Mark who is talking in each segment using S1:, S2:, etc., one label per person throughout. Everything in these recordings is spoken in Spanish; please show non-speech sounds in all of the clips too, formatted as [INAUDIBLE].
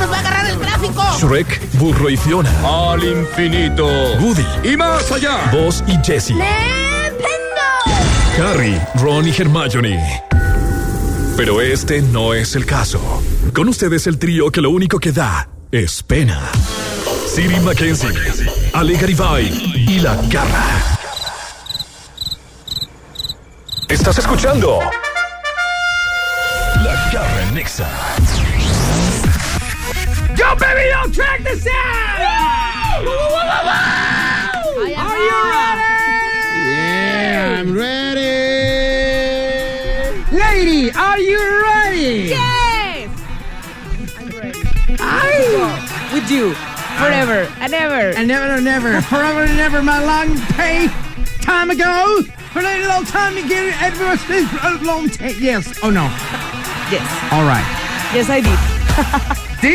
S1: ¡Nos va a agarrar el tráfico!
S2: Shrek, Burro y Fiona.
S3: Al infinito.
S2: Woody,
S3: Y más allá.
S2: Vos y Jesse. Harry, Ron y Hermione. Pero este no es el caso. Con ustedes el trío que lo único que da es pena. Siri Mackenzie, Ale Garibay y La Garra. Estás escuchando La Garra en Nexa.
S3: Yo, baby, yo, check this out.
S1: Are you
S4: Yeah, I'm ready.
S3: Lady, are you ready?
S1: ready? Yes! With you, forever and ever.
S4: And never, no, never, forever and ever, my long pay time ago. For a little time to get it, everyone's a long time. Yes. Oh no.
S1: Yes,
S4: All right.
S1: yes I did.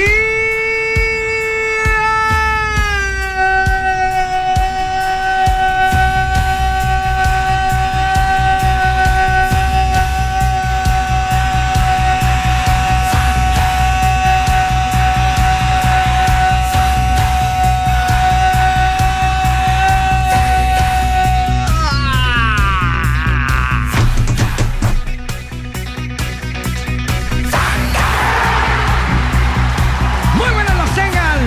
S4: Muy buenas los tengan.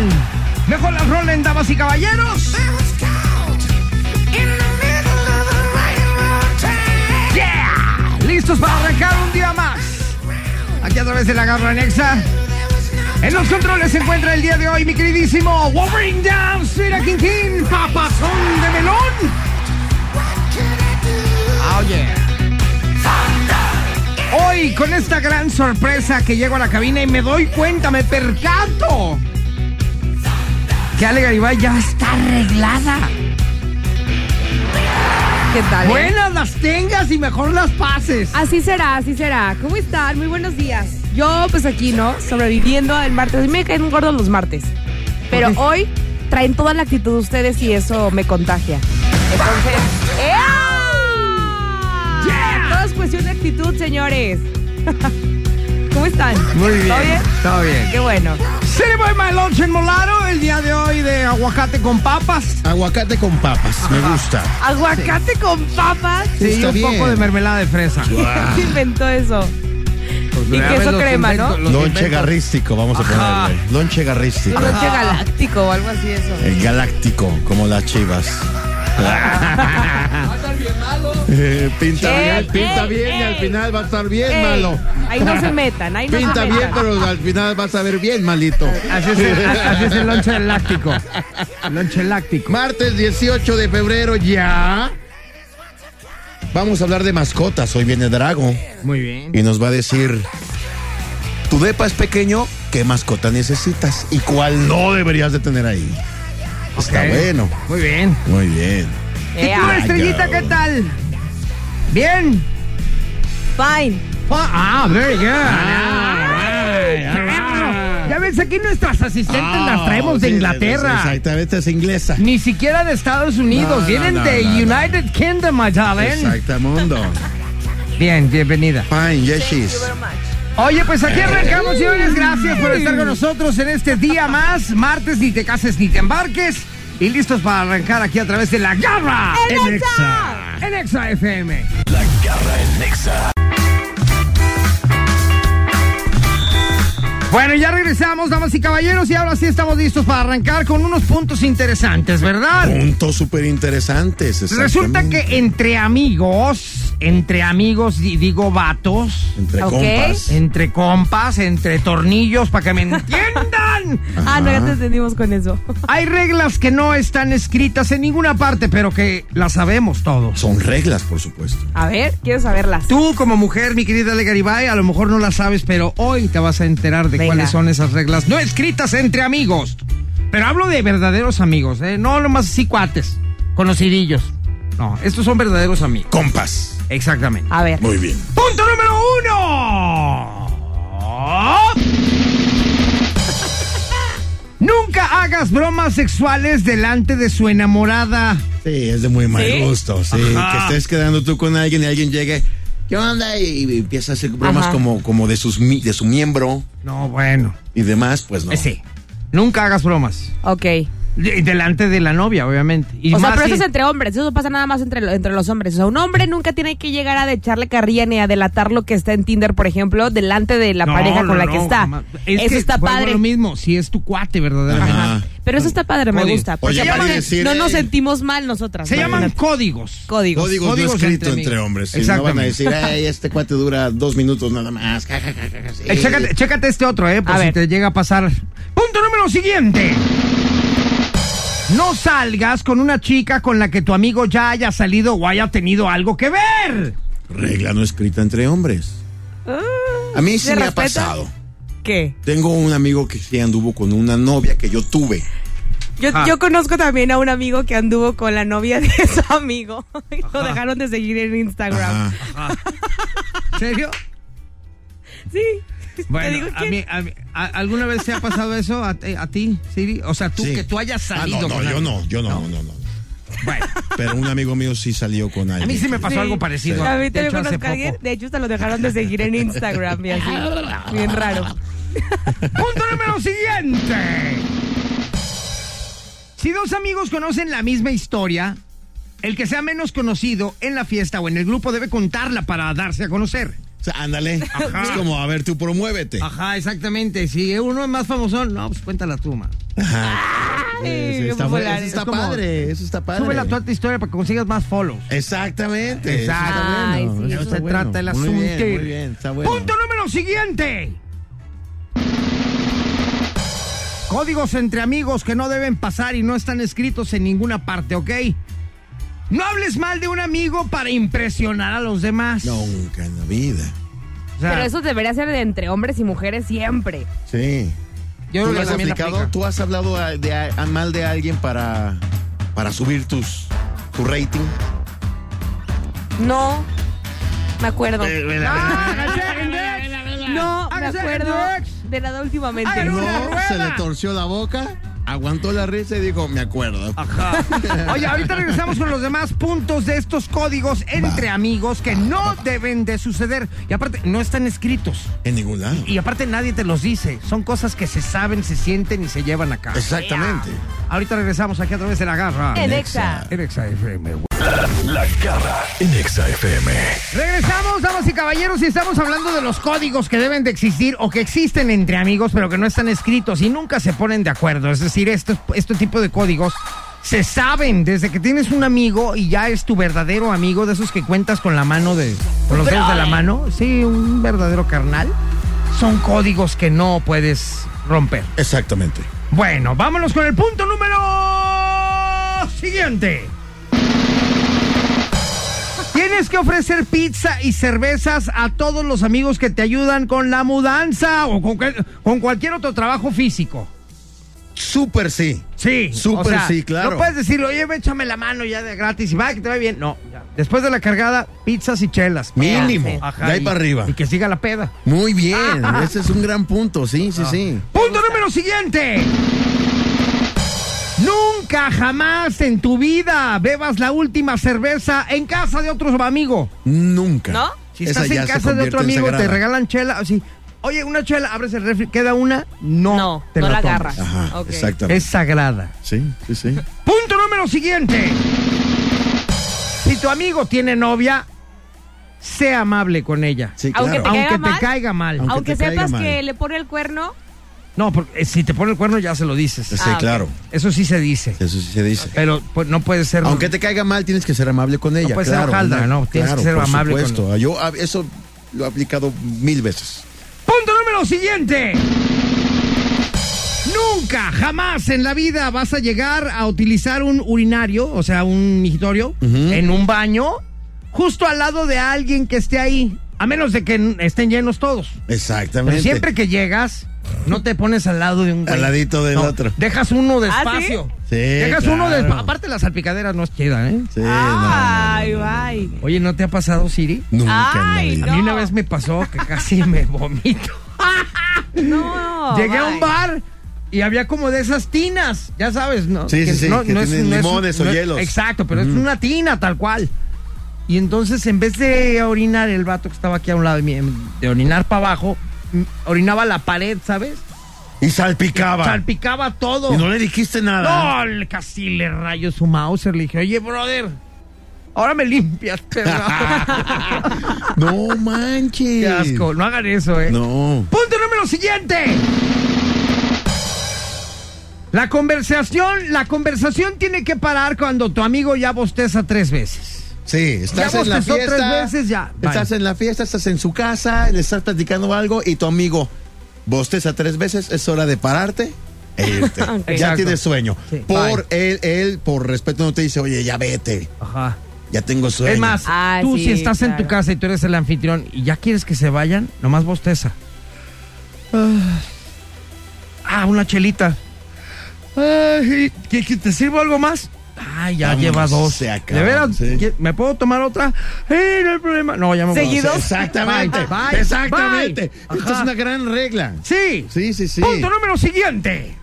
S4: Mejor las rolen, damas y caballeros. Yeah. Listos para arrancar un día más. Aquí a través de la garra anexa. En los controles se encuentra el día de hoy mi queridísimo Wolverine Down, Sira Quintín, papazón de melón. Oh, yeah. Hoy, con esta gran sorpresa que llego a la cabina y me doy cuenta, me percato que Ale Garibay ya está arreglada.
S1: ¿Qué tal? eh?
S4: Buenas las tengas y mejor las pases.
S1: Así será, así será. ¿Cómo están? Muy buenos días. Yo, pues aquí, ¿no? Sobreviviendo al martes. A mí me caen gordos los martes. Pero hoy traen toda la actitud de ustedes y eso me contagia. Entonces. ¡Ea!
S4: Yeah.
S1: Todo es cuestión de actitud, señores. [LAUGHS] ¿Cómo están?
S4: Muy bien.
S1: ¿Todo bien?
S4: Todo bien.
S1: Qué bueno.
S4: Celebrate my lunch en Molaro, el día de hoy de aguacate con papas.
S5: Aguacate con papas, me gusta.
S1: Aguacate con papas.
S4: Sí,
S5: Está
S4: un poco
S5: bien.
S4: de mermelada de fresa.
S1: ¿Quién inventó eso?
S4: Ah.
S1: Y
S4: a ver,
S1: queso
S4: pues, los
S1: crema, ¿no?
S4: inventos, los
S5: Lonche
S4: inventos.
S5: garrístico, vamos a
S4: Ajá.
S5: ponerle. Lonche garrístico.
S1: Un noche galáctico o algo así eso.
S5: El galáctico, como las chivas. Eh, pinta
S1: Ey,
S5: bien, pinta
S1: ey,
S5: bien y al
S1: ey.
S5: final va a estar bien
S1: Ey,
S5: malo.
S1: Ahí no se metan, ahí no se [LAUGHS]
S5: Pinta
S1: metan.
S5: bien, pero al final vas a ver bien
S1: [LAUGHS]
S5: malito.
S4: Así es el, [LAUGHS] así es el lonche láctico. Lonche láctico.
S5: Martes 18 de febrero ya. Vamos a hablar de mascotas. Hoy viene Drago
S4: Muy bien.
S5: y nos va a decir: ¿Tu depa es pequeño? ¿Qué mascota necesitas? ¿Y cuál no deberías de tener ahí? Está
S4: Ok.
S5: bueno.
S4: Muy bien.
S5: Muy bien.
S4: ¿Y tú,
S1: Ea.
S4: estrellita, qué tal? Bien.
S1: Fine.
S4: Ah, very good.
S5: Ah,
S4: Ah, Ya ves, aquí nuestras asistentes las traemos de
S5: Ah, Sí,
S4: Inglaterra.
S5: Exactamente, es inglesa.
S4: Ni siquiera de Estados Unidos,
S5: No,
S4: vienen
S5: no, no,
S4: de
S5: no, no.
S4: United Kingdom, my darling.
S5: Exactamundo.
S4: Bien, bienvenida.
S5: Fine, yes, she's.
S4: Oye, pues
S2: Eh.
S4: aquí arrancamos, señores. Gracias por estar con nosotros en este día más. Martes, ni te cases ni te embarques. Y listos para arrancar aquí a través de la garra. En Exa. En Exa FM.
S2: La Garra en Nexa.
S4: Bueno, ya regresamos, damas y caballeros, y ahora sí estamos listos para arrancar con unos puntos interesantes, ¿verdad?
S2: Oh,
S5: Puntos súper interesantes.
S4: Resulta que entre amigos, entre amigos, di- digo vatos,
S5: Entre
S1: Ok.
S5: compas.
S4: entre compas, entre tornillos, para que me entiendan,
S1: Ah, no, ya te entendimos con eso.
S4: hay reglas que no están escritas en ninguna parte, pero que las sabemos todos.
S5: Son reglas, por supuesto.
S1: A ver, quiero saberlas.
S4: Tú como mujer, mi querida Ale Garibay, a lo mejor no las sabes, pero hoy te vas a enterar de
S1: Venga.
S4: cuáles son esas reglas no escritas entre amigos. Pero hablo de verdaderos amigos, ¿eh? No nomás así cuates, conocidillos. No, estos son verdaderos amigos.
S6: Compas.
S4: Exactamente.
S1: A ver.
S6: Muy bien.
S4: Punto número uno. Nunca hagas bromas sexuales delante de su enamorada.
S6: Sí, es de muy mal
S1: ¿Sí?
S6: gusto. Sí,
S4: Ajá.
S6: que estés quedando tú con alguien y alguien llegue. ¿Qué onda? Y, y empieza a hacer bromas
S1: Ajá.
S6: como, como de, sus, mi- de su miembro
S4: No, bueno.
S6: y demás, pues no.
S4: Eh, Sí. Nunca hagas bromas.
S1: Ok.
S4: De- delante de la novia, obviamente. Y
S1: o sea,
S4: más
S1: pero eso
S4: si-
S1: es entre hombres, eso pasa nada más entre, lo- entre los hombres. O sea, un hombre nunca tiene que llegar a echarle carrilla ni a delatar lo que está en Tinder, por ejemplo, delante de la
S4: No,
S1: pareja con
S4: no,
S1: la
S4: no,
S1: que está.
S4: jamás. Es
S1: Eso
S4: que
S1: está
S4: vuelvo a
S1: padre.
S4: lo mismo, si es tu cuate, verdaderamente.
S6: Ajá.
S1: Pero eso está padre, me
S4: Oye,
S1: gusta. Porque
S6: oye,
S1: aparte
S6: vale decir,
S1: no nos
S6: eh,
S1: sentimos mal nosotras.
S4: Se llaman
S1: imagínate.
S4: códigos.
S1: códigos.
S6: Códigos,
S4: Códigos
S6: no escrito
S4: entre
S6: entre,
S4: amigos.
S6: hombres. sí, no van a
S4: Exactamente.
S6: decir, "Ay, este cuate dura dos minutos nada más. Ja, ja, ja, ja, ja, sí.
S4: Eh, chécate, chécate este otro, eh, por
S1: A
S4: si
S1: ver.
S4: te llega a pasar. Punto número siguiente. No salgas con una chica con la que tu amigo ya haya salido o haya tenido algo que ver.
S6: Regla no escrita entre hombres. A mí sí
S1: ¿se
S6: me ha
S1: respeta?
S6: pasado.
S1: ¿Qué?
S6: Tengo un amigo que sí anduvo con una novia que yo tuve.
S1: Yo,
S4: Ah.
S1: yo conozco también a un amigo que anduvo con la novia de [LAUGHS] su amigo. Y Lo dejaron de seguir en Instagram.
S6: Ajá.
S4: ¿En serio?
S1: Sí. [LAUGHS] Te
S4: Bueno,
S1: digo
S4: a
S1: que-
S4: mí- a mí- a- ¿alguna vez te ha pasado eso a, ti- a ti, Siri? O sea, tú
S6: Sí.
S4: que tú hayas
S6: Ah,
S4: salido.
S6: no, no,
S4: con
S6: yo
S4: alguien.
S6: no, yo no, no, no.
S4: Bueno,
S6: Pero un amigo mío sí salió con alguien.
S4: a mí sí me pasó
S1: Sí.
S4: algo parecido.
S1: A mí
S4: de
S1: también
S4: hecho, hace
S1: conozco a alguien.
S4: poco.
S1: De hecho, hasta lo dejaron de seguir en Instagram y así.
S4: [LAUGHS]
S1: Bien raro.
S4: Punto número siguiente. Si dos amigos conocen la misma historia, el que sea menos conocido en la fiesta o en el grupo debe contarla para darse a conocer.
S6: O sea, ándale. Es como, a ver, tú promuévete.
S4: Ajá, exactamente. Si uno es más famoso, no, pues cuéntala tú, man.
S1: Ay,
S6: Eso
S1: qué
S6: está,
S1: popular.
S6: eso está
S4: Es como-
S6: padre, eso está padre.
S4: Súbela tú a tu historia para que consigas más follows.
S6: Exactamente. eso
S4: Exacto.
S6: está
S1: Ay, sí,
S6: bueno, eso
S1: eso
S6: está
S4: se
S6: bueno.
S4: trata el
S6: Este, Muy bien,
S4: asunto.
S6: muy bien, está bueno.
S4: Punto número siguiente. Códigos entre amigos que no deben pasar y no están escritos en ninguna parte, ¿ok? No hables mal de un amigo para impresionar a los demás.
S6: Nunca en la vida.
S4: O sea,
S1: Pero eso debería ser de entre hombres y mujeres siempre.
S6: Sí.
S4: yo creo
S6: ¿Tú lo
S4: que
S6: has
S4: también
S6: aplicado?
S4: aplica.
S6: ¿Tú has hablado a- de, a- mal de alguien para, para subir tus, tu rating?
S1: No. Me acuerdo.
S6: Eh.
S4: Ah,
S1: No, me
S4: Hágase
S1: acuerdo
S4: relax.
S1: de nada
S4: Hágale
S1: últimamente.
S4: un- una rueda!
S6: se le torció la boca, aguantó la risa y dijo, me acuerdo.
S4: Oye, ahorita regresamos con los demás puntos de estos códigos entre amigos que no deben de suceder. Y aparte, no están escritos.
S6: En ningún lado.
S4: Y aparte nadie te los dice. Son cosas que se saben, se sienten y se llevan a cabo.
S6: Exactamente.
S4: Ahorita regresamos aquí a través de la garra.
S1: En Exa.
S4: En Exa FM, güey.
S5: La garra en Exa FM.
S4: Regresamos, damas y caballeros, y estamos hablando de los códigos que deben de existir o que existen entre amigos, pero que no están escritos y nunca se ponen de acuerdo. Es decir, estos- este tipo de códigos se saben desde que tienes un amigo y ya es tu verdadero amigo, de esos que cuentas con la mano de. con los dedos de la mano. Sí, un verdadero carnal. Son códigos que no puedes romper.
S6: Exactamente.
S4: Bueno, vámonos con el punto número siguiente. Tienes que ofrecer pizza y cervezas a todos los amigos que te ayudan con la mudanza o con, cual- con cualquier otro trabajo físico.
S6: Súper sí.
S4: Sí,
S6: Súper sí, claro.
S4: No puedes decirle, oye, ve, échame la mano ya de gratis y va, que te va bien. No, ya. después de la cargada, pizzas y chelas.
S6: Mínimo.
S1: sí.
S6: De ahí
S4: y-
S6: para arriba.
S4: Y que siga la peda.
S6: Muy bien.
S4: Ah.
S6: Ese es un gran punto. Sí, sí, sí.
S4: Punto número siguiente. Nunca jamás en tu vida bebas la última cerveza en casa de otro amigo.
S6: Nunca.
S1: ¿No?
S4: Si
S6: Esa
S4: estás en
S6: ya se
S4: casa de
S6: convierte
S4: otro
S6: en
S4: amigo, te
S6: sagrada.
S4: regalan chela. Así, Oye, una chela, abres el refri, queda una, no,
S1: No,
S4: te
S1: no la
S4: tomes.
S1: agarras.
S6: Ajá,
S1: Ok.
S6: exactamente.
S4: Es sagrada.
S6: Sí, sí, sí.
S4: Punto número siguiente. Si tu amigo tiene novia, sé amable con ella.
S6: Sí,
S1: Aunque
S6: claro.
S1: te caiga
S4: Aunque te
S1: mal.
S4: caiga mal.
S6: Aunque
S1: Aunque
S6: te caiga
S1: sepas
S6: mal.
S1: que le pone el cuerno,
S4: No, porque eh, si te pone el cuerno ya se lo dices.
S6: Sí,
S1: Ah, ok.
S6: claro.
S4: Eso sí se dice.
S6: Eso sí se dice.
S4: Pero pues, no puede ser.
S6: Aunque te caiga mal, tienes que ser amable con ella.
S4: puedes ser
S6: claro,
S4: hojaldra, no, tienes que ser
S6: por
S4: amable con-
S6: supuesto. Yo ah, eso lo he aplicado mil veces.
S4: Punto número siguiente. Nunca, jamás en la vida vas a llegar a utilizar un urinario, o sea, un migitorio, en un baño, justo al lado de alguien que esté ahí, a menos de que n- estén llenos todos. Pero
S6: Exactamente.
S4: siempre que llegas, No te pones al lado de un güey.
S6: Al ladito del
S4: No,
S6: otro.
S4: Dejas uno
S1: ¿Ah, sí?
S4: despacio.
S6: Sí,
S4: Dejas
S6: claro.
S4: uno despacio. Aparte, las salpicaderas no es chida, ¿eh?
S6: Sí,
S1: Ay, bye.
S4: Oye, ¿no te ha pasado, Siri?
S6: no, nunca en la
S1: Ay,
S6: vida.
S4: A mí
S1: No.
S4: una vez me pasó que casi [LAUGHS] me vomito.
S1: No.
S4: Llegué a un
S1: Oh, bye.
S4: bar y había como de esas tinas, ya sabes, ¿no?
S6: Sí, sí, sí, que tienen
S4: un-
S6: limones o
S4: no es-
S6: hielos.
S4: Exacto, pero es una tina tal cual. Y entonces en vez de orinar el vato que estaba aquí a un lado de mí, de orinar para abajo, m- orinaba la pared, ¿sabes?
S6: Y salpicaba.
S4: Salpicaba todo.
S6: Ah. Y no le dijiste nada.
S4: No, le- casi le rayo su Mauser. Le dije, oye, brother, ahora me limpias, [LAUGHS]
S6: [LAUGHS]
S4: perro.
S6: No manches.
S4: Qué asco, no hagan eso, ¿eh?
S6: No.
S4: Punto número siguiente. La conversación, la conversación tiene que parar cuando tu amigo ya bosteza tres veces.
S6: Sí, estás
S4: Ya
S6: en la
S4: bostezó
S6: fiesta.
S4: tres veces ya.
S6: Estás
S4: Vale.
S6: en la fiesta, estás en su casa, le estás platicando algo y tu amigo bosteza tres veces, es hora de pararte
S4: [LAUGHS]
S6: e irte. Ya
S4: Exacto.
S6: tienes sueño.
S4: Sí,
S6: Por él, él, por respeto, no te dice, oye, ya vete,
S4: Ajá.
S6: ya tengo sueño.
S4: Es más,
S1: Ah,
S4: tú
S1: sí,
S4: si estás en tu
S1: claro.
S4: casa y tú eres el anfitrión y ya quieres que se vayan, nomás bosteza. Ah, una chelita. Ay, ¿qué- qué- ¿Te sirvo algo más? Ah, ya
S6: Vámonos,
S4: lleva dos.
S6: se acabó,
S4: ¿De veras?
S6: sí.
S4: ¿Qué- ¿Me puedo tomar otra? Eh, no hay problema. No, ya me voy.
S1: Seguido.
S6: Exactamente,
S4: Bye, bye,
S6: exactamente.
S4: bye.
S6: Esta es
S4: Ajá.
S6: una gran regla.
S4: Sí.
S6: Sí, sí, sí.
S4: Punto número siguiente.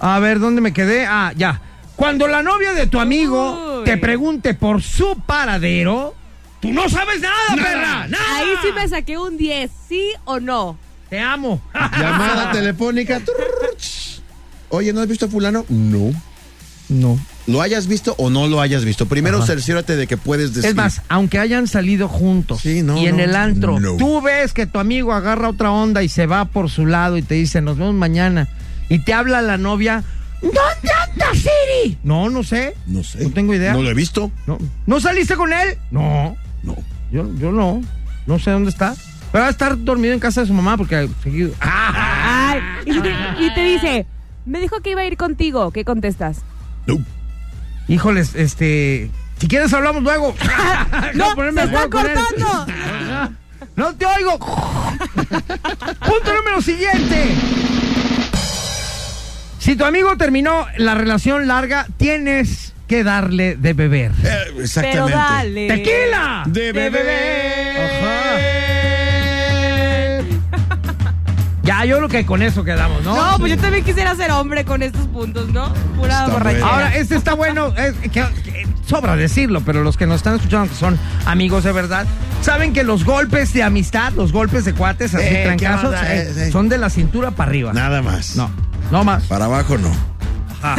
S4: A ver, ¿dónde me quedé? Ah, ya. Cuando la novia de tu amigo
S1: Uy.
S4: te pregunte por su paradero, tú no sabes nada, perra. Nada.
S1: Ahí sí me saqué un 10, ¿sí o no?
S4: Te amo. [LAUGHS]
S6: Llamada telefónica. Turr, ch. Oye, ¿no has visto a fulano? No.
S4: No.
S6: Lo hayas visto o no lo hayas visto. Primero cerciórate de que puedes decir.
S4: Es más, aunque hayan salido juntos
S6: Sí, no,
S4: y en
S6: no.
S4: el antro,
S6: No.
S4: tú ves que tu amigo agarra otra onda y se va por su lado y te dice, nos vemos mañana. Y te habla la novia, ¿dónde anda Siri? No, no sé.
S6: No sé.
S4: No tengo idea.
S6: No lo he visto.
S4: No. ¿No saliste con él? No.
S6: No.
S4: Yo, yo no. No sé dónde está. Pero va a estar dormido en casa de su mamá porque
S1: [LAUGHS]
S4: seguido. ¡Ah!
S1: Ay, y, te, y te dice, me dijo que iba a ir contigo. ¿Qué contestas?
S6: No.
S4: Híjoles, este. Si quieres hablamos
S1: [LAUGHS]
S4: luego.
S1: ¡No!
S4: ponerme
S1: ¡Se
S4: de
S1: está
S4: acuerdo con él.
S1: cortando!
S4: [LAUGHS] ¡No te oigo! Punto número siguiente. Si tu amigo terminó la relación larga, tienes que darle de beber.
S6: Eh,
S1: Pero
S6: exactamente.
S1: dale.
S4: ¡Tequila!
S6: De
S4: beber. Ya, yo creo que con eso quedamos, ¿no?
S1: No, pues yo también quisiera ser hombre con estos puntos, ¿no? Pura
S6: Está
S1: borrachera.
S6: bueno.
S4: Ahora, este está bueno, es que- que sobra decirlo, pero los que nos están escuchando, que son amigos de verdad, saben que los golpes de amistad, los golpes de cuates, así
S6: Eh, ¿qué
S4: trancazos,
S6: onda?
S4: eh,
S6: Eh, sí.
S4: son de la cintura para arriba.
S6: Nada más.
S4: No, no más.
S6: Para abajo no.
S4: Ah.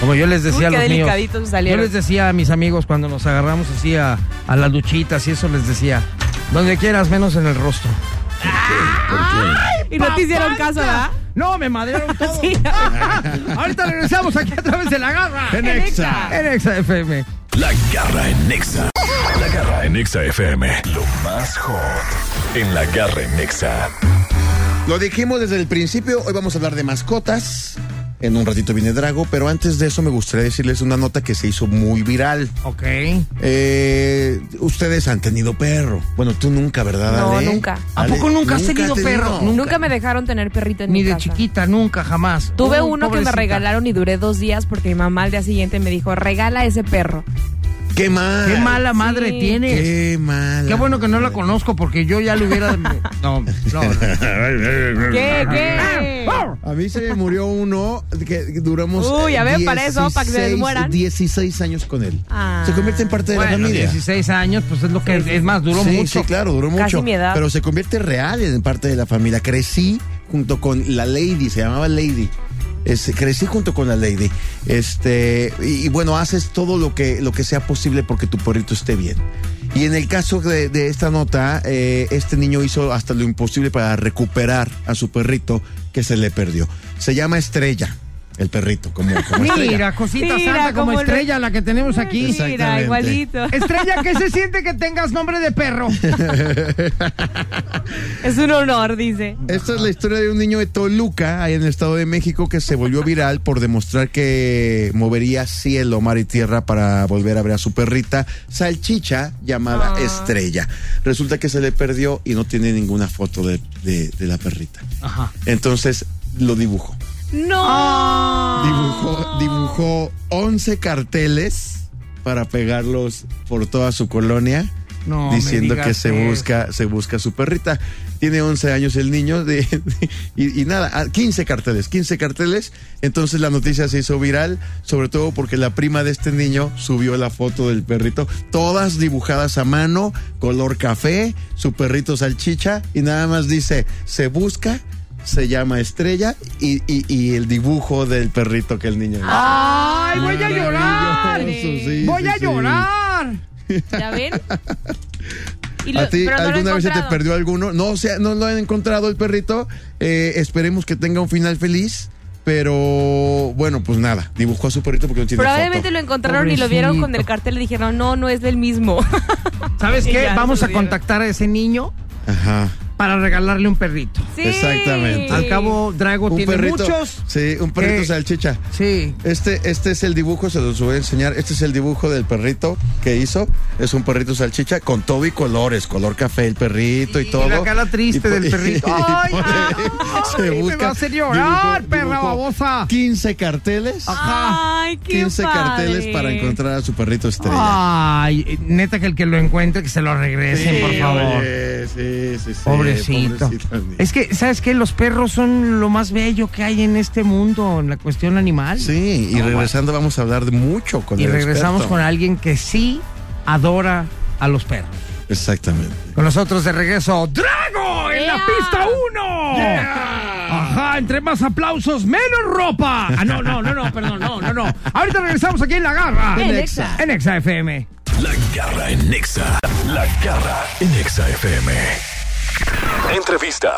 S4: Como yo les
S1: Uy,
S4: decía a
S1: qué
S4: los míos.
S1: delicaditos
S4: Yo
S1: salieron.
S4: les decía a mis amigos cuando nos agarramos así a, a las luchitas y eso les decía, donde quieras menos en el rostro.
S1: Y no te hicieron caso, ¿verdad?
S4: No, me
S1: [LAUGHS]
S4: madrearon todo.
S1: Sí.
S4: [LAUGHS] Ahorita regresamos aquí a través de la garra.
S6: En Exa.
S4: En Exa FM.
S2: La garra en Nexa. La garra en Nexa FM. Lo más hot en la garra en Nexa.
S6: Lo dijimos desde el principio, hoy vamos a hablar de mascotas. En un ratito viene Drago, pero antes de eso me gustaría decirles una nota que se hizo muy viral.
S4: Ok.
S6: Eh, ustedes han tenido perro. Bueno, tú nunca, ¿verdad?
S1: No,
S6: Ale?
S1: nunca.
S4: ¿A
S6: Ale,
S4: poco nunca has tenido perro? Nunca.
S1: Nunca me dejaron tener perrito en
S4: Ni
S1: mi
S4: de
S1: casa.
S4: chiquita, nunca, jamás.
S1: Tuve
S4: Uy,
S1: uno que
S4: pobrecita.
S1: me regalaron y duré dos días porque mi mamá al día siguiente me dijo, regala ese perro.
S6: Qué mal.
S4: Qué mala madre
S1: Sí.
S4: tienes. Qué,
S6: Qué mal.
S4: bueno que no
S6: [LAUGHS]
S4: la conozco porque yo ya le
S1: [LAUGHS]
S4: hubiera... No, Ah, no, no.
S1: ¿Qué? ¿Qué?
S6: A mí se me murió uno que duramos.
S1: Uy, a ver, para eso, para que se
S6: 16,
S1: mueran.
S6: 16 años con él.
S1: Ah.
S6: Se convierte en parte de la
S4: Bueno,
S6: familia.
S4: 16 años, pues es lo que...
S1: Sí, sí,
S4: Es más, duró
S6: sí,
S4: mucho.
S6: sí, claro, duró mucho.
S1: Casi mi edad.
S6: Pero se convierte real en parte de la familia. Crecí junto con la Lady, se llamaba Lady. Este, crecí junto con la Lady. Este, y, y bueno, haces todo lo que, lo que sea posible porque tu perrito esté bien. Y en el caso de, de esta nota, eh, este niño hizo hasta lo imposible para recuperar a su perrito que se le perdió. Se llama Estrella.
S5: El perrito, como,
S1: [LAUGHS]
S5: como estrella.
S4: Mira, cosita
S1: Mira,
S4: santa como,
S1: como
S4: estrella la que tenemos aquí.
S1: Mira,
S5: Exactamente.
S1: igualito.
S4: Estrella, ¿qué se siente que tengas nombre de perro?
S1: Es un honor, dice.
S5: Esta es la historia de un niño de Toluca, ahí en el Estado de México, que se volvió viral por demostrar que movería cielo, mar y tierra para volver a ver a su perrita salchicha llamada Estrella. Resulta que se le perdió y no tiene ninguna foto de, de- de la perrita.
S4: Ajá.
S5: Entonces lo dibujó.
S1: ¡No!
S5: Ah. Dibujó, dibujó 11 carteles para pegarlos por toda su colonia.
S4: No, me
S5: diciendo
S4: digas
S5: que se
S4: eso.
S5: busca, se busca su perrita. Tiene 11 años el niño de- y, y nada, ah, 15 carteles, 15 carteles. Entonces la noticia se hizo viral, sobre todo porque la prima de este niño subió la foto del perrito, todas dibujadas a mano, color café, su perrito salchicha y nada más dice, se busca, se llama estrella y, y- y el dibujo del perrito que el niño...
S4: ¡Ay, voy a llorar!
S5: Maravilloso, sí,
S4: ¡Voy
S5: sí,
S4: a
S5: sí.
S4: llorar!
S5: [LAUGHS]
S1: ¿Ya ven? Y lo-
S5: ¿A ti
S1: pero no lo he
S5: alguna vez se te
S1: encontrado.
S5: perdió alguno? No, o sea, no lo han encontrado el perrito. Eh, esperemos que tenga un final feliz. Pero bueno, pues nada, dibujó a su perrito porque no tiene
S1: Probablemente
S5: foto.
S1: lo encontraron y lo vieron con el
S4: Pobrecito.
S1: cartel y dijeron, no, no es del mismo. [LAUGHS]
S4: ¿Sabes
S1: Y
S4: qué?
S1: ya
S4: Vamos
S1: lo
S4: a
S1: vieron.
S4: contactar a ese niño
S5: Ajá.
S4: para regalarle un perrito.
S1: Sí.
S5: Exactamente.
S4: Al cabo, Drago
S5: Un
S4: tiene
S5: perrito.
S4: muchos.
S5: Sí, un perrito
S4: Eh,
S5: salchicha.
S4: Sí.
S5: Este, este es el dibujo, se los voy a enseñar. Este es el dibujo del perrito que hizo. Es un perrito salchicha con todo y colores, color café el perrito y, todo.
S4: la cara triste
S5: po-
S4: del
S5: [LAUGHS]
S4: perrito.
S5: y pues,
S4: Ay,
S5: pone-
S4: ay, me va a hacer llorar, perra babosa.
S5: 15 carteles.
S4: Ajá.
S1: Ay, qué
S5: 15
S1: padre.
S5: carteles para encontrar a su perrito estrella.
S4: Ay, neta que el que lo encuentre que se lo regresen,
S5: Sí,
S4: por favor.
S5: oye, sí, sí, sí,
S4: Pobrecito. Es que, ¿sabes qué? Los perros son lo más bello que hay en este mundo, en la cuestión animal.
S5: Sí, y regresando vamos a hablar de mucho con
S4: Y
S5: el
S4: regresamos
S5: experto.
S4: con alguien que sí adora a los perros.
S5: Exactamente.
S4: Con nosotros de regreso, Drago en la
S1: ¡Ea!
S4: pista 1. Ajá, entre más aplausos, menos ropa. Ah, no, no, no, no, perdón, no, no, no. Ahorita regresamos aquí en La Garra.
S1: En Exa.
S4: En Exa FM.
S2: La garra en Nexa. La garra en Nexa FM. Entrevista.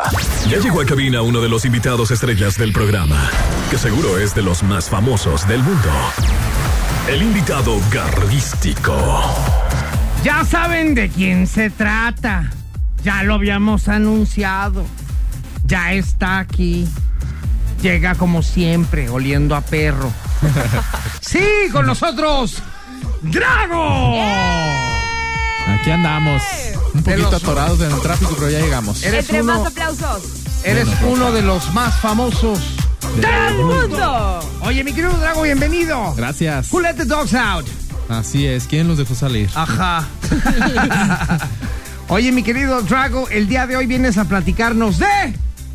S2: Ya llegó a cabina uno de los invitados estrellas del programa, que seguro es de los más famosos del mundo. El invitado garrístico.
S4: Ya saben de quién se trata. Ya lo habíamos anunciado. Ya está aquí. Llega como siempre, oliendo a
S1: [LAUGHS]
S4: perro. sí, con nosotros, Drago.
S1: ¡Eh!
S6: Aquí andamos. Un
S4: De
S6: poquito
S4: los-
S6: atorados en el tráfico, pero ya llegamos.
S4: Eres
S1: Entre
S4: uno,
S1: más aplausos.
S4: eres uno de los más famosos.
S1: ¡Del mundo!
S4: Oye, mi querido Drago, bienvenido.
S6: Gracias.
S4: Who let the dogs out?
S6: Así es, ¿quién los dejó salir?
S1: [LAUGHS]
S4: Ajá. [LAUGHS] Oye, mi querido Drago, el día de hoy vienes a platicarnos de...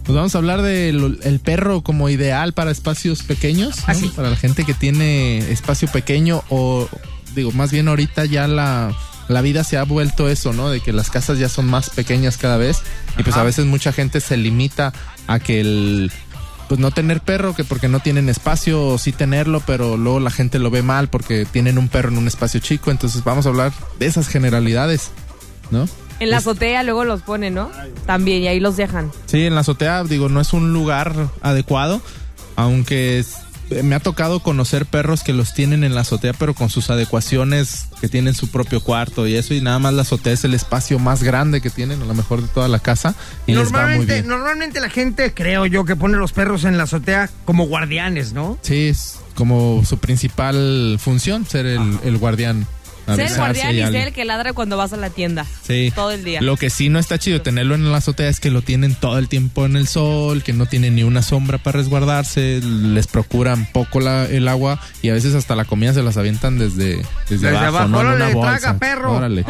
S6: Pues vamos a hablar del el perro como ideal para espacios pequeños. ¿no?
S4: Así.
S6: Para la gente que tiene espacio pequeño o, digo, más bien ahorita ya la, la vida se ha vuelto eso, ¿no? De que las casas ya son más pequeñas cada vez. Y pues a veces mucha gente se limita a que el... Pues no tener perro, que porque no tienen espacio, o sí tenerlo, pero luego la gente lo ve mal porque tienen un perro en un espacio chico. Entonces vamos a hablar de esas generalidades, ¿no?
S1: En la azotea luego los ponen, ¿no? También, y ahí los dejan.
S6: Sí, en la azotea, digo, no es un lugar adecuado, aunque es- me ha tocado conocer perros que los tienen en la azotea, pero con sus adecuaciones, que tienen su propio cuarto y eso, y nada más la azotea es el espacio más grande que tienen, a lo mejor de toda la casa, y les va muy
S4: Normalmente,
S6: bien.
S4: normalmente la gente, creo yo, que pone los perros en la azotea como guardianes, ¿no?
S6: Sí, es como su principal función, ser el, el guardián.
S1: Ser el
S6: avisar si
S1: guardián
S6: hay
S1: y ser
S6: alguien.
S1: el que ladra cuando vas a la tienda.
S6: Sí.
S1: Todo el día.
S6: Lo que sí no está chido tenerlo en la azotea es que lo tienen todo el tiempo en el sol, que no tienen ni una sombra para resguardarse, les procuran poco la- el agua y a veces hasta la comida se las avientan desde, desde,
S4: Desde abajo.
S6: abajo, ¿no? En
S4: Órale,
S6: una bolsa.
S4: traga, perro.
S6: Órale.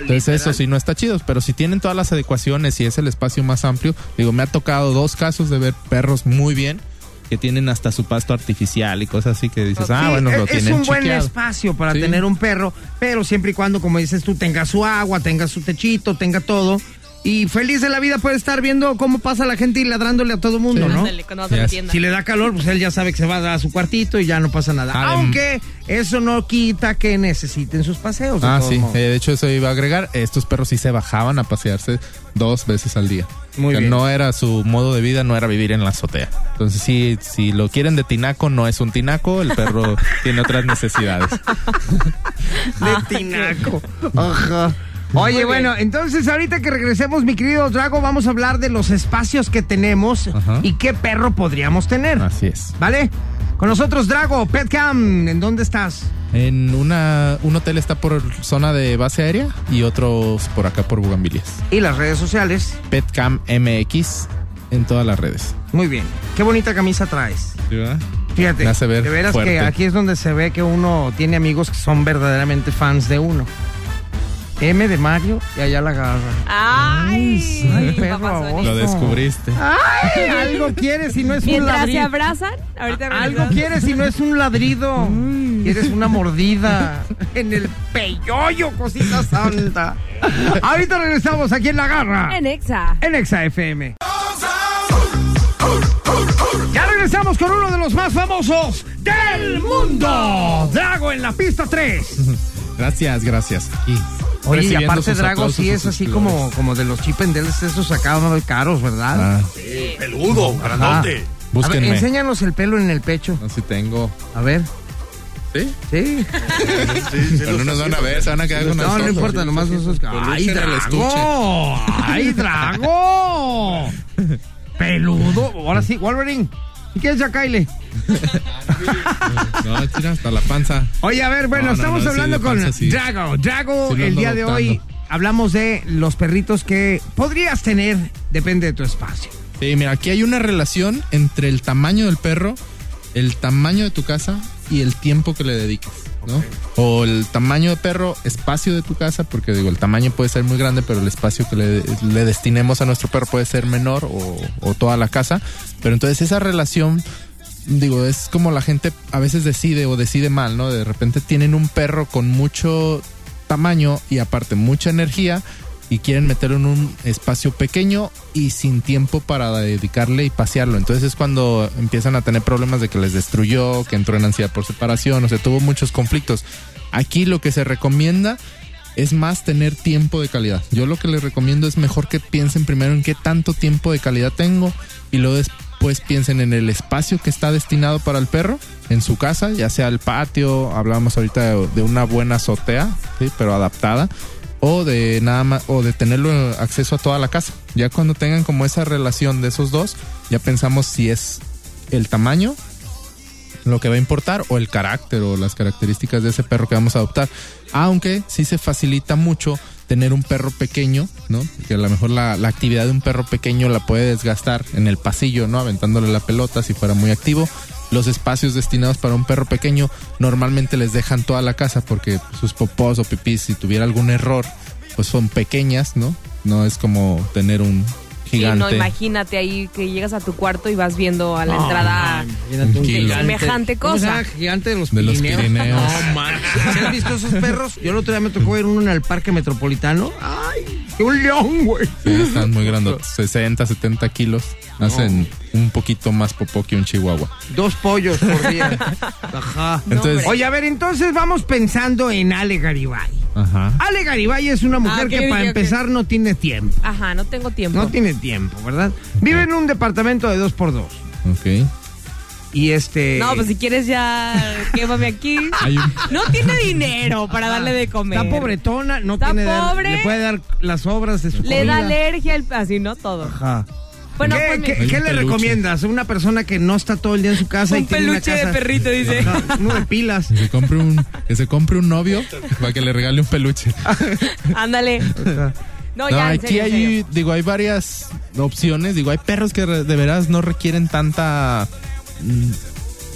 S6: Entonces eso sí no está chido, pero si tienen todas las adecuaciones y es el espacio más amplio, digo, me ha tocado dos casos de ver perros muy bien que tienen hasta su pasto artificial y cosas así que dices, ah,
S4: Sí, e-,
S6: bueno,
S4: es,
S6: lo
S4: es
S6: tienen
S4: un buen
S6: chiqueado".
S4: espacio para
S6: Sí.
S4: tener un perro, pero siempre y cuando, como dices tú, tenga su agua, tenga su techito, tenga todo. y feliz de la vida puede estar viendo cómo pasa la gente y ladrándole a todo mundo, ¿no?
S1: Ándale, cuando vas a la
S6: Sí,
S1: tienda.
S4: Si le da calor, pues él ya sabe que se va a su cuartito y ya no pasa nada.
S6: Adem-
S4: Aunque eso no quita que necesiten sus paseos. de
S6: Ah,
S4: todos
S6: sí.
S4: modos.
S6: Eh, de hecho, eso iba a agregar. Estos perros sí se bajaban a pasearse dos veces al día.
S4: Muy bien.
S6: No era su modo de vida, no era vivir en la azotea. Entonces, sí, si lo quieren de tinaco, no es un tinaco. El
S4: [LAUGHS]
S6: perro tiene otras necesidades.
S4: De tinaco. [LAUGHS] Ajá. Oye, bueno, entonces ahorita que regresemos, mi querido Drago, vamos a hablar de los espacios que tenemos
S6: Ajá.
S4: y qué perro podríamos tener.
S6: Así es.
S4: ¿Vale? Con nosotros, Drago, Petcam, ¿en dónde estás?
S6: En una, un hotel está por zona de base aérea y otros por acá por Bugambilias.
S4: Y las redes sociales.
S6: Petcam MX en todas las redes.
S4: Muy bien. Qué bonita camisa traes. Fíjate,
S6: Me hace ver
S4: de veras que
S6: fuerte.
S4: aquí es donde se ve que uno tiene amigos que son verdaderamente fans de uno. M de Mario y allá la garra.
S1: Ay,
S4: Ay, perro
S1: papazón.
S4: baboso.
S6: Lo descubriste.
S4: Ah. ¡Ay! [LAUGHS] Algo quieres y no es un
S1: Mientras se
S4: ladrido.
S1: abrazan, ahorita
S4: Algo
S1: regresamos.
S4: quieres y no es un ladrido. Quieres una mordida [LAUGHS] en el peyoyo, cosita santa. Ahorita regresamos aquí en la garra.
S1: En Exa.
S4: en Exa FM. Ya regresamos con uno de los más famosos del mundo. Drago en la pista 3.
S6: Gracias, gracias. Y
S4: Oye, y
S6: recibiendo
S4: aparte
S6: sus
S4: Drago
S6: aplausos
S4: sí
S6: y
S4: es
S6: sus
S4: así
S6: flores.
S4: como, como de los chipendeles esos sacados caros, ¿verdad?
S6: Ah,
S2: Peludo, grandote.
S5: Ah,
S4: A ver,
S6: búsquenme.
S4: enséñanos el pelo en el pecho.
S6: No sé si tengo.
S4: A ver.
S6: ¿Sí?
S4: Sí.
S6: Pero no nos van a ver, se van a quedar con
S4: No, no
S6: nosotros.
S4: importa, nomás nosotros. ¡Ay,
S6: en el
S4: Drago! ¡Ay,
S6: [LAUGHS]
S4: Drago! Peludo. Ahora sí, Wolverine. ¿Y quién es Jacaile?
S6: No, tira hasta la panza.
S4: Oye, a ver, bueno,
S6: No, no,
S4: estamos
S6: no, sí,
S4: hablando
S6: de
S4: con
S6: panza, sí.
S4: Drago. Drago,
S6: Sí, lo
S4: el
S6: ando
S4: día de hoy hablamos de los perritos que podrías tener, depende de tu espacio.
S6: Sí, mira, aquí hay una relación entre el tamaño del perro, el tamaño de tu casa y el tiempo que le dediques, ¿no? O el tamaño de perro, espacio de tu casa, porque digo, el tamaño puede ser muy grande, pero el espacio que le, le destinemos a nuestro perro puede ser menor o, o toda la casa. Pero entonces esa relación, digo, es como la gente a veces decide o decide mal, ¿no? De repente tienen un perro con mucho tamaño y aparte mucha energía y quieren meterlo en un espacio pequeño y sin tiempo para dedicarle y pasearlo. Entonces es cuando empiezan a tener problemas de que les destruyó, que entró en ansiedad por separación, o sea, tuvo muchos conflictos. Aquí lo que se recomienda es más tener tiempo de calidad. Yo lo que les recomiendo es mejor que piensen primero en qué tanto tiempo de calidad tengo y luego después piensen en el espacio que está destinado para el perro en su casa, ya sea el patio, hablábamos ahorita de, de una buena azotea, ¿sí? pero adaptada o de nada más o de tenerlo acceso a toda la casa. Ya cuando tengan como esa relación de esos dos, ya pensamos si es el tamaño lo que va a importar o el carácter o las características de ese perro que vamos a adoptar. Aunque sí se facilita mucho tener un perro pequeño, ¿no? Que a lo mejor la, la actividad de un perro pequeño la puede desgastar en el pasillo, ¿no? Aventándole la pelota si fuera muy activo. Los espacios destinados para un perro pequeño normalmente les dejan toda la casa porque sus popós o pipís, si tuviera algún error, pues son pequeñas, ¿no? No es como tener un
S1: Sí,
S6: gigante.
S1: no, imagínate ahí que llegas a tu cuarto y vas viendo a la entrada.
S4: Imagínate
S6: Un kilo.
S1: Semejante
S4: ¿Cómo se
S1: cosa.
S4: llama? Gigante de los
S6: De los
S4: Pirineos.
S6: Pirineos.
S4: No manches. ¿Sí ¿Has visto esos perros? Yo el otro día me tocó ir uno en el parque metropolitano. ¡Ay! ¡Qué un león, güey!
S6: Sí, están muy grandes, 60, 70 kilos. Hacen un poquito más popó que un chihuahua.
S4: Dos pollos por
S1: [LAUGHS]
S4: día. Ajá.
S6: Entonces,
S4: Oye, a ver, entonces vamos pensando en Ale Garibay.
S6: ajá.
S4: Ale Garibay es una mujer
S1: Ah, ok,
S4: que para
S1: ok, ok.
S4: empezar no tiene tiempo.
S1: Ajá, no tengo tiempo.
S4: No tiene tiempo, ¿verdad? Vive en un departamento de dos por dos.
S6: Ok.
S4: Y este.
S1: No, pues si quieres ya quémame aquí.
S6: Hay un-
S1: No tiene dinero para darle de comer.
S4: Está pobretona, no
S1: Está
S4: tiene. dar-
S1: pobre.
S4: le puede dar las obras de su
S1: Le
S4: comida.
S1: da alergia, el- así, ¿no? Todo.
S4: Ajá.
S1: Bueno,
S4: ¿Qué,
S1: pues mi-
S4: qué-
S6: Hay
S4: qué
S6: un
S4: le
S6: peluche.
S4: recomiendas? Una persona que no está todo el día en su casa y
S1: un
S4: tiene una
S1: peluche de
S4: casa-
S1: perrito, dice.
S4: Ajá, uno de
S1: [LAUGHS]
S4: pilas.
S6: Que se compre un, que se compre un novio para que le regale un peluche.
S1: Ándale. No,
S6: No,
S1: ya, en
S6: aquí
S1: serio, en
S6: hay,
S1: serio.
S6: digo, hay varias opciones. Digo, hay perros que re- de veras no requieren tanta, mm,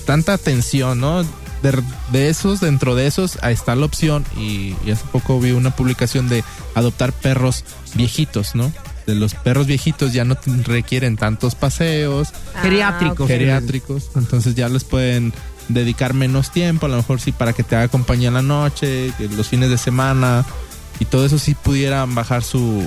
S6: tanta atención, ¿no? De, r- de esos, dentro de esos, ahí está la opción. Y, y hace poco vi una publicación de adoptar perros viejitos, ¿no? De los perros viejitos ya no t- requieren tantos paseos
S1: Ah,
S4: Geriátricos.
S1: ok.
S6: geriátricos. Entonces ya les pueden dedicar menos tiempo, a lo mejor sí para que te haga compañía en la noche, que los fines de semana y todo eso sí pudieran bajar su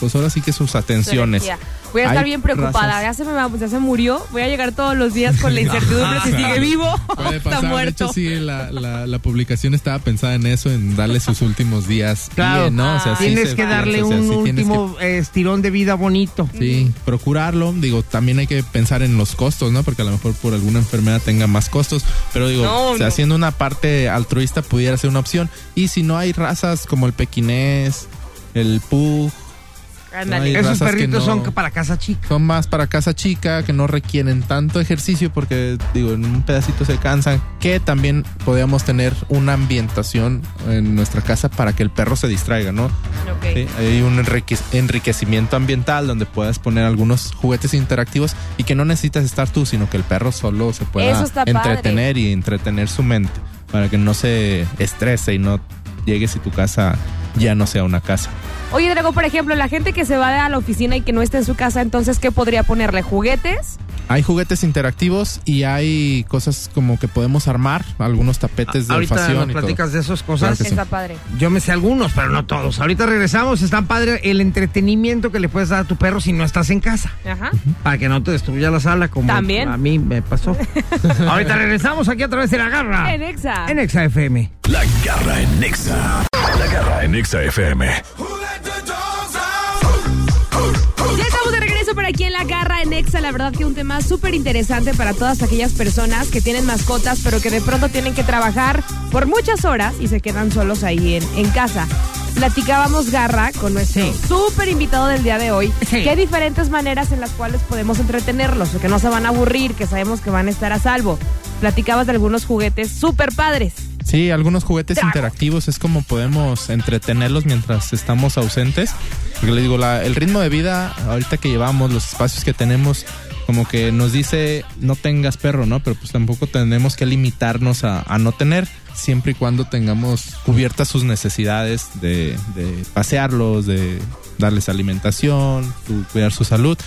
S6: pues ahora sí que sus atenciones.
S1: Voy a estar
S6: Hay
S1: bien preocupada.
S6: razas-
S1: Ya se me va- ya se murió. Voy a llegar todos los días con la incertidumbre si sigue vivo o
S6: Ah, [LAUGHS]
S1: [LAUGHS]
S6: Puede
S1: está
S6: pasar. De
S1: muerto.
S6: hecho, sí, la, la, la publicación estaba pensada en eso, en darle sus últimos días.
S4: Claro.
S6: bien, ¿no? O sea, sí
S4: Tienes
S6: se-
S4: que darle
S6: o sea,
S4: un
S6: sí tienes que-
S4: último eh, estirón de vida bonito.
S6: Sí, procurarlo. Digo, también hay que pensar en los costos, ¿no? Porque a lo mejor por alguna enfermedad tenga más costos. Pero digo,
S1: No,
S6: o sea,
S1: no.
S6: haciendo una parte altruista pudiera ser una opción. Y si no hay razas como el pequinés, el pug,
S1: Ándale.
S6: Hay
S4: Esos
S6: razas que
S4: perritos
S6: no-
S4: son para casa chica.
S6: son más para casa chica, que no requieren tanto ejercicio porque, digo, en un pedacito se cansan. Que también podríamos tener una ambientación en nuestra casa para que el perro se distraiga, ¿no?
S1: Ok.
S6: Sí, hay un enrique- enriquecimiento ambiental donde puedas poner algunos juguetes interactivos y que no necesitas estar tú, sino que el perro solo se
S1: Eso
S6: pueda
S1: está
S6: entretener y entretener su mente para que no se estrese y no llegues y tu casa ya no sea una casa.
S1: Oye, Drago, por ejemplo, la gente que se va a la oficina y que no está en su casa, entonces, ¿qué podría ponerle? ¿Juguetes?
S6: Hay juguetes interactivos y hay cosas como que podemos armar, algunos tapetes de
S4: Ahorita
S6: olfacción
S4: nos
S6: y todo.
S4: platicas de esas cosas.
S6: Claro que sí.
S1: Está padre.
S4: Yo me sé algunos, pero no todos. Ahorita regresamos. Está padre el entretenimiento que le puedes dar a tu perro si no estás en casa.
S1: Ajá.
S4: Para que no te destruya la sala como
S1: También.
S4: a mí me
S1: [LAUGHS]
S4: pasó. Ahorita regresamos aquí a través de la garra.
S1: En Exa.
S4: En Exa FM.
S2: La garra en Nexa. La garra en Nexa FM.
S1: Ya estamos de regreso por aquí en La Garra en Exa. La verdad que un tema súper interesante para todas aquellas personas que tienen mascotas, pero que de pronto tienen que trabajar por muchas horas y se quedan solos ahí en, en casa. Platicábamos Garra con nuestro
S4: Sí.
S1: súper invitado del día de hoy.
S4: Sí.
S1: Que hay diferentes maneras en las cuales podemos entretenerlos, que no se van a aburrir, que sabemos que van a estar a salvo. Platicabas de algunos juguetes súper padres.
S6: Sí, algunos juguetes interactivos es como podemos entretenerlos mientras estamos ausentes. Porque les digo, la- el ritmo de vida ahorita que llevamos, los espacios que tenemos, como que nos dice no tengas perro, ¿no? Pero pues tampoco tenemos que limitarnos a, a no tener, siempre y cuando tengamos cubiertas sus necesidades de, de pasearlos, de darles alimentación, cu- cuidar su salud.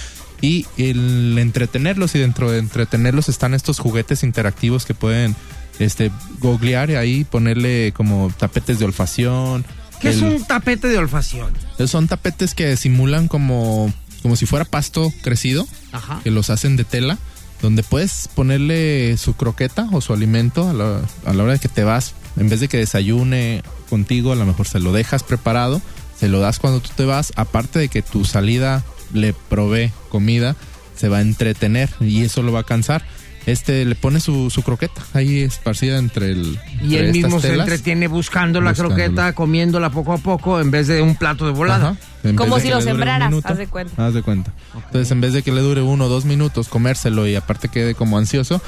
S6: Y el entretenerlos, y dentro de entretenerlos están estos juguetes interactivos que pueden este googlear y ahí ponerle como tapetes de olfacción.
S4: ¿Qué es
S6: El-
S4: un tapete de olfacción?
S6: Son tapetes que simulan como, como si fuera pasto crecido,
S4: Ajá.
S6: que los hacen de tela, donde puedes ponerle su croqueta o su alimento a la, a la hora de que te vas. En vez de que desayune contigo, a lo mejor se lo dejas preparado, se lo das cuando tú te vas, aparte de que tu salida le provee comida, se va a entretener y eso lo va a cansar. Este le pone su, su croqueta ahí esparcida entre el.
S4: Y
S6: entre
S4: él
S6: estas
S4: mismo se
S6: telas.
S4: entretiene buscando la
S6: Buscándola.
S4: croqueta, comiéndola poco a poco en vez de un plato de volada.
S6: Ajá. En
S1: Como
S6: vez
S1: si
S6: de
S1: lo
S6: que le dure un
S1: sembraras,
S6: minuto,
S1: haz de cuenta.
S6: haz de cuenta. Entonces, en vez de que le dure uno o dos minutos comérselo y aparte quede como ansioso,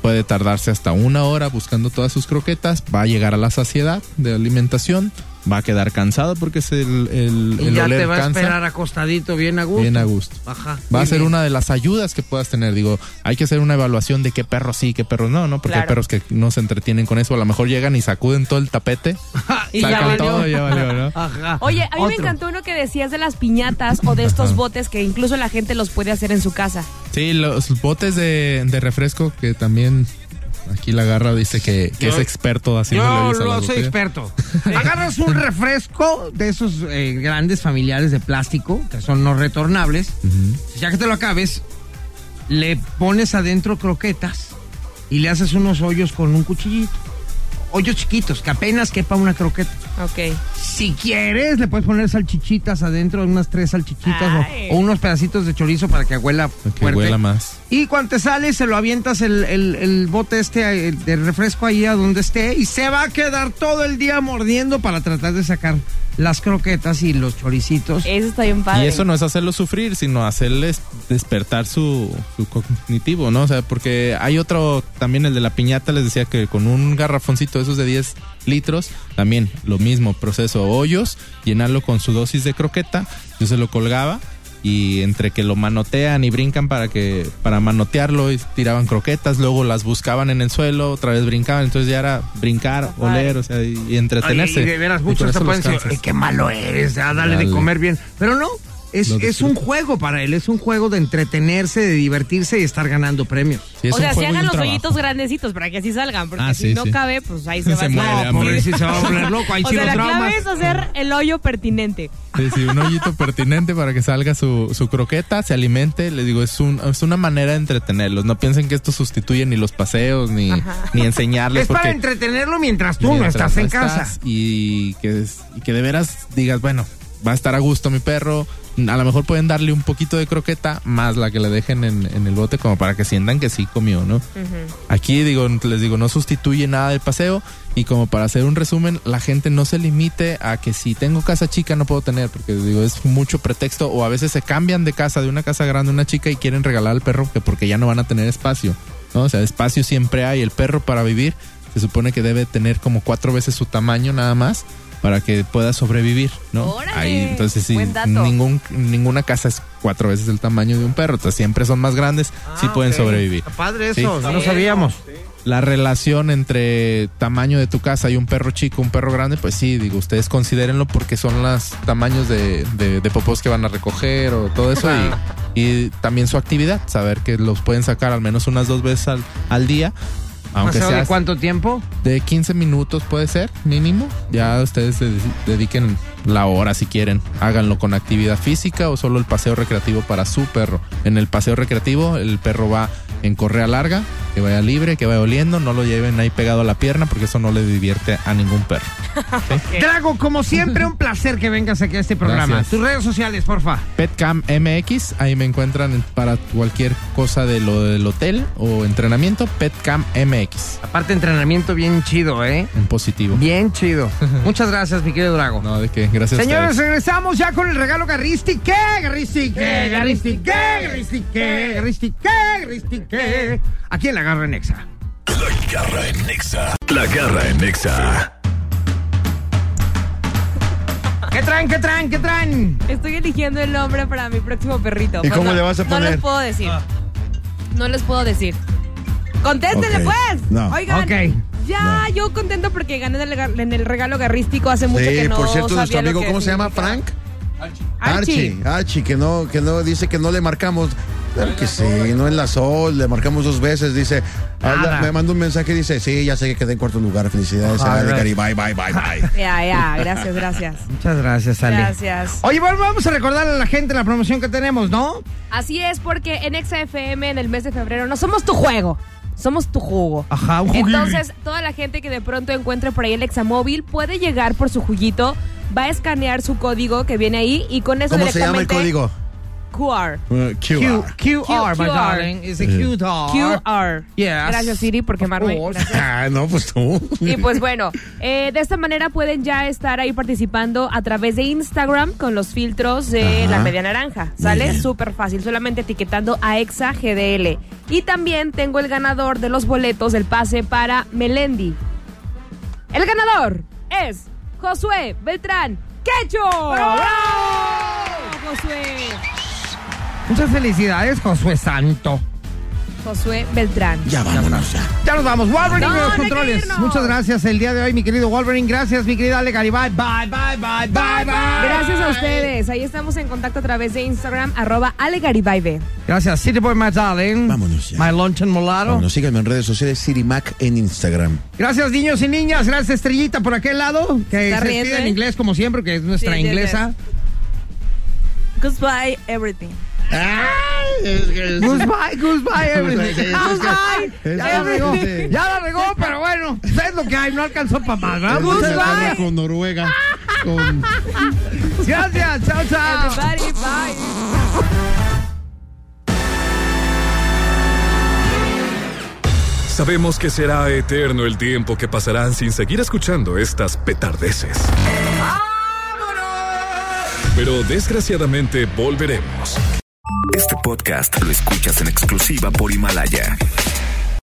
S6: puede tardarse hasta una hora buscando todas sus croquetas, va a llegar a la saciedad de alimentación, va a quedar cansado porque es el, el,
S4: Y
S6: el
S4: ya
S6: oler
S4: te va a
S6: cansa,
S4: esperar acostadito bien a gusto.
S6: bien a gusto.
S4: Ajá.
S6: Va a
S4: Muy
S6: ser
S4: bien.
S6: una de las ayudas que puedas tener. Digo, hay que hacer una evaluación de qué perros sí, qué perros no, ¿no? Porque hay
S1: Claro.
S6: perros que no se entretienen con eso. A lo mejor llegan y sacuden todo el tapete,
S4: [LAUGHS] y ya
S6: sacan
S4: valió.
S6: todo y ya valió, ¿no?
S4: Ajá.
S1: Oye, a mí me
S4: Otro.
S1: encantó uno que decías de las piñatas o de estos botes que incluso la gente los puede hacer en su casa.
S6: Sí, los botes de, de refresco que también aquí la garra dice que, que
S4: Yo-
S6: es experto haciendo
S4: Yo lo soy
S6: [LAUGHS]
S4: experto. Agarras un refresco de esos eh, grandes familiares de plástico, que son no retornables. Ya que te lo acabes, le pones adentro croquetas y le haces unos hoyos con un cuchillito. Hoyos chiquitos, que apenas quepa una croqueta.
S1: Ok.
S4: Si quieres, le puedes poner salchichitas adentro, unas tres salchichitas
S1: Ay.
S4: o, o unos pedacitos de chorizo para que huela
S6: Que
S4: fuerte.
S6: huela más.
S4: Y cuando te sales, se lo avientas el, el- el bote este eh, de refresco ahí a donde esté y se va a quedar todo el día mordiendo para tratar de sacar las croquetas y los choricitos.
S1: Eso está bien padre.
S6: Y eso no es hacerlo sufrir, sino hacerles despertar su, su cognitivo, ¿no? O sea, porque hay otro, también el de la piñata, les decía que con un garrafoncito de esos de 10 litros, también lo mismo, proceso hoyos, llenarlo con su dosis de croqueta, yo se lo colgaba y entre que lo manotean y brincan para que para manotearlo y tiraban croquetas, luego las buscaban en el suelo, otra vez brincaban, entonces ya era brincar,
S1: Está padre.
S6: oler, o sea, y, y
S4: Ay,
S6: entretenerse.
S4: de veras,
S6: Y
S4: muchos
S6: con
S4: te
S6: eso los
S4: pueden decir,
S6: cansas.
S4: "Ay, qué malo eres, ya, dale de
S6: Dale.
S4: comer bien. Pero no, Es,
S6: Lo
S4: es un juego para él, es un juego de entretenerse, de divertirse y estar ganando premios.
S6: Sí, es
S1: o
S6: un
S1: sea, si
S6: juego y
S1: hagan
S6: un
S1: los
S6: trabajo.
S1: hoyitos grandecitos para que así salgan, porque
S6: Ah,
S1: si
S6: sí,
S1: no
S6: sí.
S1: cabe, pues
S6: [LAUGHS]
S1: ahí se, va
S6: Se
S1: a
S6: muere,
S1: estar.
S6: a morir.
S4: sí se va a volver loco, ahí
S1: [LAUGHS] o
S4: sí
S1: sea,
S4: lo
S1: la
S4: traumas.
S1: clave es hacer el hoyo pertinente.
S6: Sí, sí, un hoyito pertinente para que salga su, su croqueta, se alimente. Les digo, es, un, es una manera de entretenerlos. No piensen que esto sustituye ni los paseos, ni, ni enseñarles.
S4: Es para
S6: porque
S4: entretenerlo mientras tú no
S6: mientras
S4: estás en casa.
S6: estás Y que, es- y que de veras digas, bueno, va a estar a gusto mi perro. A lo mejor pueden darle un poquito de croqueta más la que le dejen en, en el bote como para que sientan que sí comió, ¿no? Aquí digo, les digo, no sustituye nada del paseo y como para hacer un resumen, la gente no se limite a que si tengo casa chica no puedo tener, porque digo, es mucho pretexto o a veces se cambian de casa, de una casa grande a una chica y quieren regalar al perro que porque ya no van a tener espacio, ¿no? O sea, espacio siempre hay, el perro para vivir se supone que debe tener como cuatro veces su tamaño nada más para que pueda sobrevivir, ¿no?
S1: Órale,
S6: Ahí, entonces sí,
S1: buen dato.
S6: ningún, ninguna casa es cuatro veces el tamaño de un perro, entonces siempre son más grandes,
S1: Ah,
S6: sí pueden
S4: Ah, ok.
S6: sobrevivir.
S4: Está Padre eso,
S6: Sí.
S4: no lo sabíamos.
S6: La relación entre tamaño de tu casa y un perro chico, un perro grande, pues sí, digo, ustedes considérenlo porque son los tamaños de, de, de popós que van a recoger o todo eso y, y también su actividad, saber que los pueden sacar al menos unas dos veces al, al día, aunque
S4: ¿Paseo
S6: sea
S4: de cuánto tiempo?
S6: de 15 minutos puede ser, mínimo. Ya ustedes se dediquen la hora si quieren. Háganlo con actividad física o solo el paseo recreativo para su perro. En el paseo recreativo el perro va en correa larga, que vaya libre, que vaya oliendo, no lo lleven ahí pegado a la pierna porque eso no le divierte a ningún perro.
S4: Drago, como siempre, un placer que vengas aquí a este programa.
S6: Gracias.
S4: Tus redes sociales, porfa.
S6: Petcam MX, ahí me encuentran para cualquier cosa de lo del hotel o entrenamiento, Petcam MX,
S4: Aparte, entrenamiento bien chido, ¿eh?
S6: en positivo.
S4: Bien [LAUGHS] chido. Muchas gracias, mi querido Drago.
S6: No, de qué, gracias. a
S4: Señores,
S6: ustedes.
S4: regresamos ya con el regalo Garristi. ¿Qué? Garristi, ¿qué? Garristi, ¿qué? Garristi, ¿qué? Garristi, ¿qué? Garristi, ¿qué? Aquí en la garra Nexa.
S2: La garra en Nexa. La garra en Nexa.
S4: ¿Qué traen, qué traen, qué traen?
S1: Estoy eligiendo el nombre para mi próximo perrito. Pues
S5: ¿Y cómo
S1: no-
S5: le vas a
S1: No
S5: poner?
S1: les puedo decir. No les puedo decir. Contéstenle,
S5: Ok.
S1: pues.
S5: No.
S1: Oigan.
S4: Ok.
S1: Ya, yo contento porque gané en el, ga- en el regalo garrístico hace mucho
S5: Sí,
S1: que no
S5: por cierto,
S1: sabía
S5: nuestro
S1: lo
S5: amigo,
S1: que
S5: ¿cómo se llama?
S1: significaba.
S5: Frank.
S1: Archie.
S5: Archie, Archie, que no, que no dice que no le marcamos. Claro que sí, no enlazó, le marcamos dos veces, dice,
S4: Nada.
S5: habla- me manda un mensaje, dice, sí, ya sé que quedé en cuarto lugar, felicidades,
S4: Ajá,
S5: Ale,
S4: gracias.
S5: Cari, bye, bye, bye, bye.
S1: Ya, ya, gracias, gracias.
S4: Muchas gracias, Ale.
S1: Gracias.
S4: Oye, bueno, vamos a recordar a la gente la promoción que tenemos, ¿no?
S1: Así es, porque en XFM en el mes de febrero no somos tu juego, somos tu jugo.
S5: Ah,
S4: Ajá, un juguil.
S1: Entonces, toda la gente que de pronto encuentre por ahí el examóvil puede llegar por su juguito, va a escanear su código que viene ahí y con eso
S5: ¿Cómo se llama el
S1: directamente-
S5: código?
S1: QR.
S5: Eh,
S4: [LAUGHS] Q,
S5: QR.
S4: QR, my
S1: QR.
S4: darling. It's a
S5: Eh.
S4: QR.
S1: QR.
S4: Yes.
S1: Gracias, Siri, por quemarme.
S4: course.
S1: Gracias.
S5: [LAUGHS] Ah, no, pues tú.
S1: Y pues bueno, eh, de esta manera pueden ya estar ahí participando a través de Instagram con los filtros de
S5: Ajá.
S1: la media naranja.
S5: bien.
S1: ¿Sale? Súper fácil, solamente etiquetando a Exa GDL. Y también tengo el ganador de los boletos del pase para Melendi. El ganador es Josué Beltrán Quecho. Josué.
S4: Muchas felicidades, Josué Santo.
S1: Josué Beltrán.
S5: Ya vámonos ya.
S4: Ya nos vamos. Wolverine
S1: No,
S4: con los
S1: no hay que
S4: controles.
S1: irnos.
S4: Muchas gracias el día de hoy, mi querido Wolverine. Gracias, mi querida Ale Garibay. Bye, bye, bye, bye, bye.
S1: Gracias a ustedes. Ahí estamos en contacto a través de Instagram, arroba Alegaribaibe.
S4: Gracias, City Boy, my darling.
S5: Vámonos ya.
S4: My lunch and molaro.
S5: Vámonos, síganme en redes sociales, CiriMac en Instagram.
S4: Gracias, niños y niñas. Gracias, Estrellita, por aquel lado. Que
S1: está
S4: se
S1: riendo,
S4: despide en
S1: ¿eh?
S4: inglés, como siempre, que es nuestra
S1: Sí, yes,
S4: inglesa.
S1: Goodbye, everything.
S4: Goodbye, [LAUGHS] goodbye, everything. Goodbye,
S5: es
S4: Ya
S5: que-
S4: la regó,
S5: sí.
S4: ya la regó, pero bueno, es lo que hay, no alcanzó para más, ¿verdad?
S5: Habla Con Noruega. Con...
S4: Gracias, chao, chao.
S1: Everybody, bye.
S2: Sabemos que será eterno el tiempo que pasarán sin seguir escuchando estas petardeces. Pero desgraciadamente volveremos. Este podcast lo escuchas en exclusiva por Himalaya.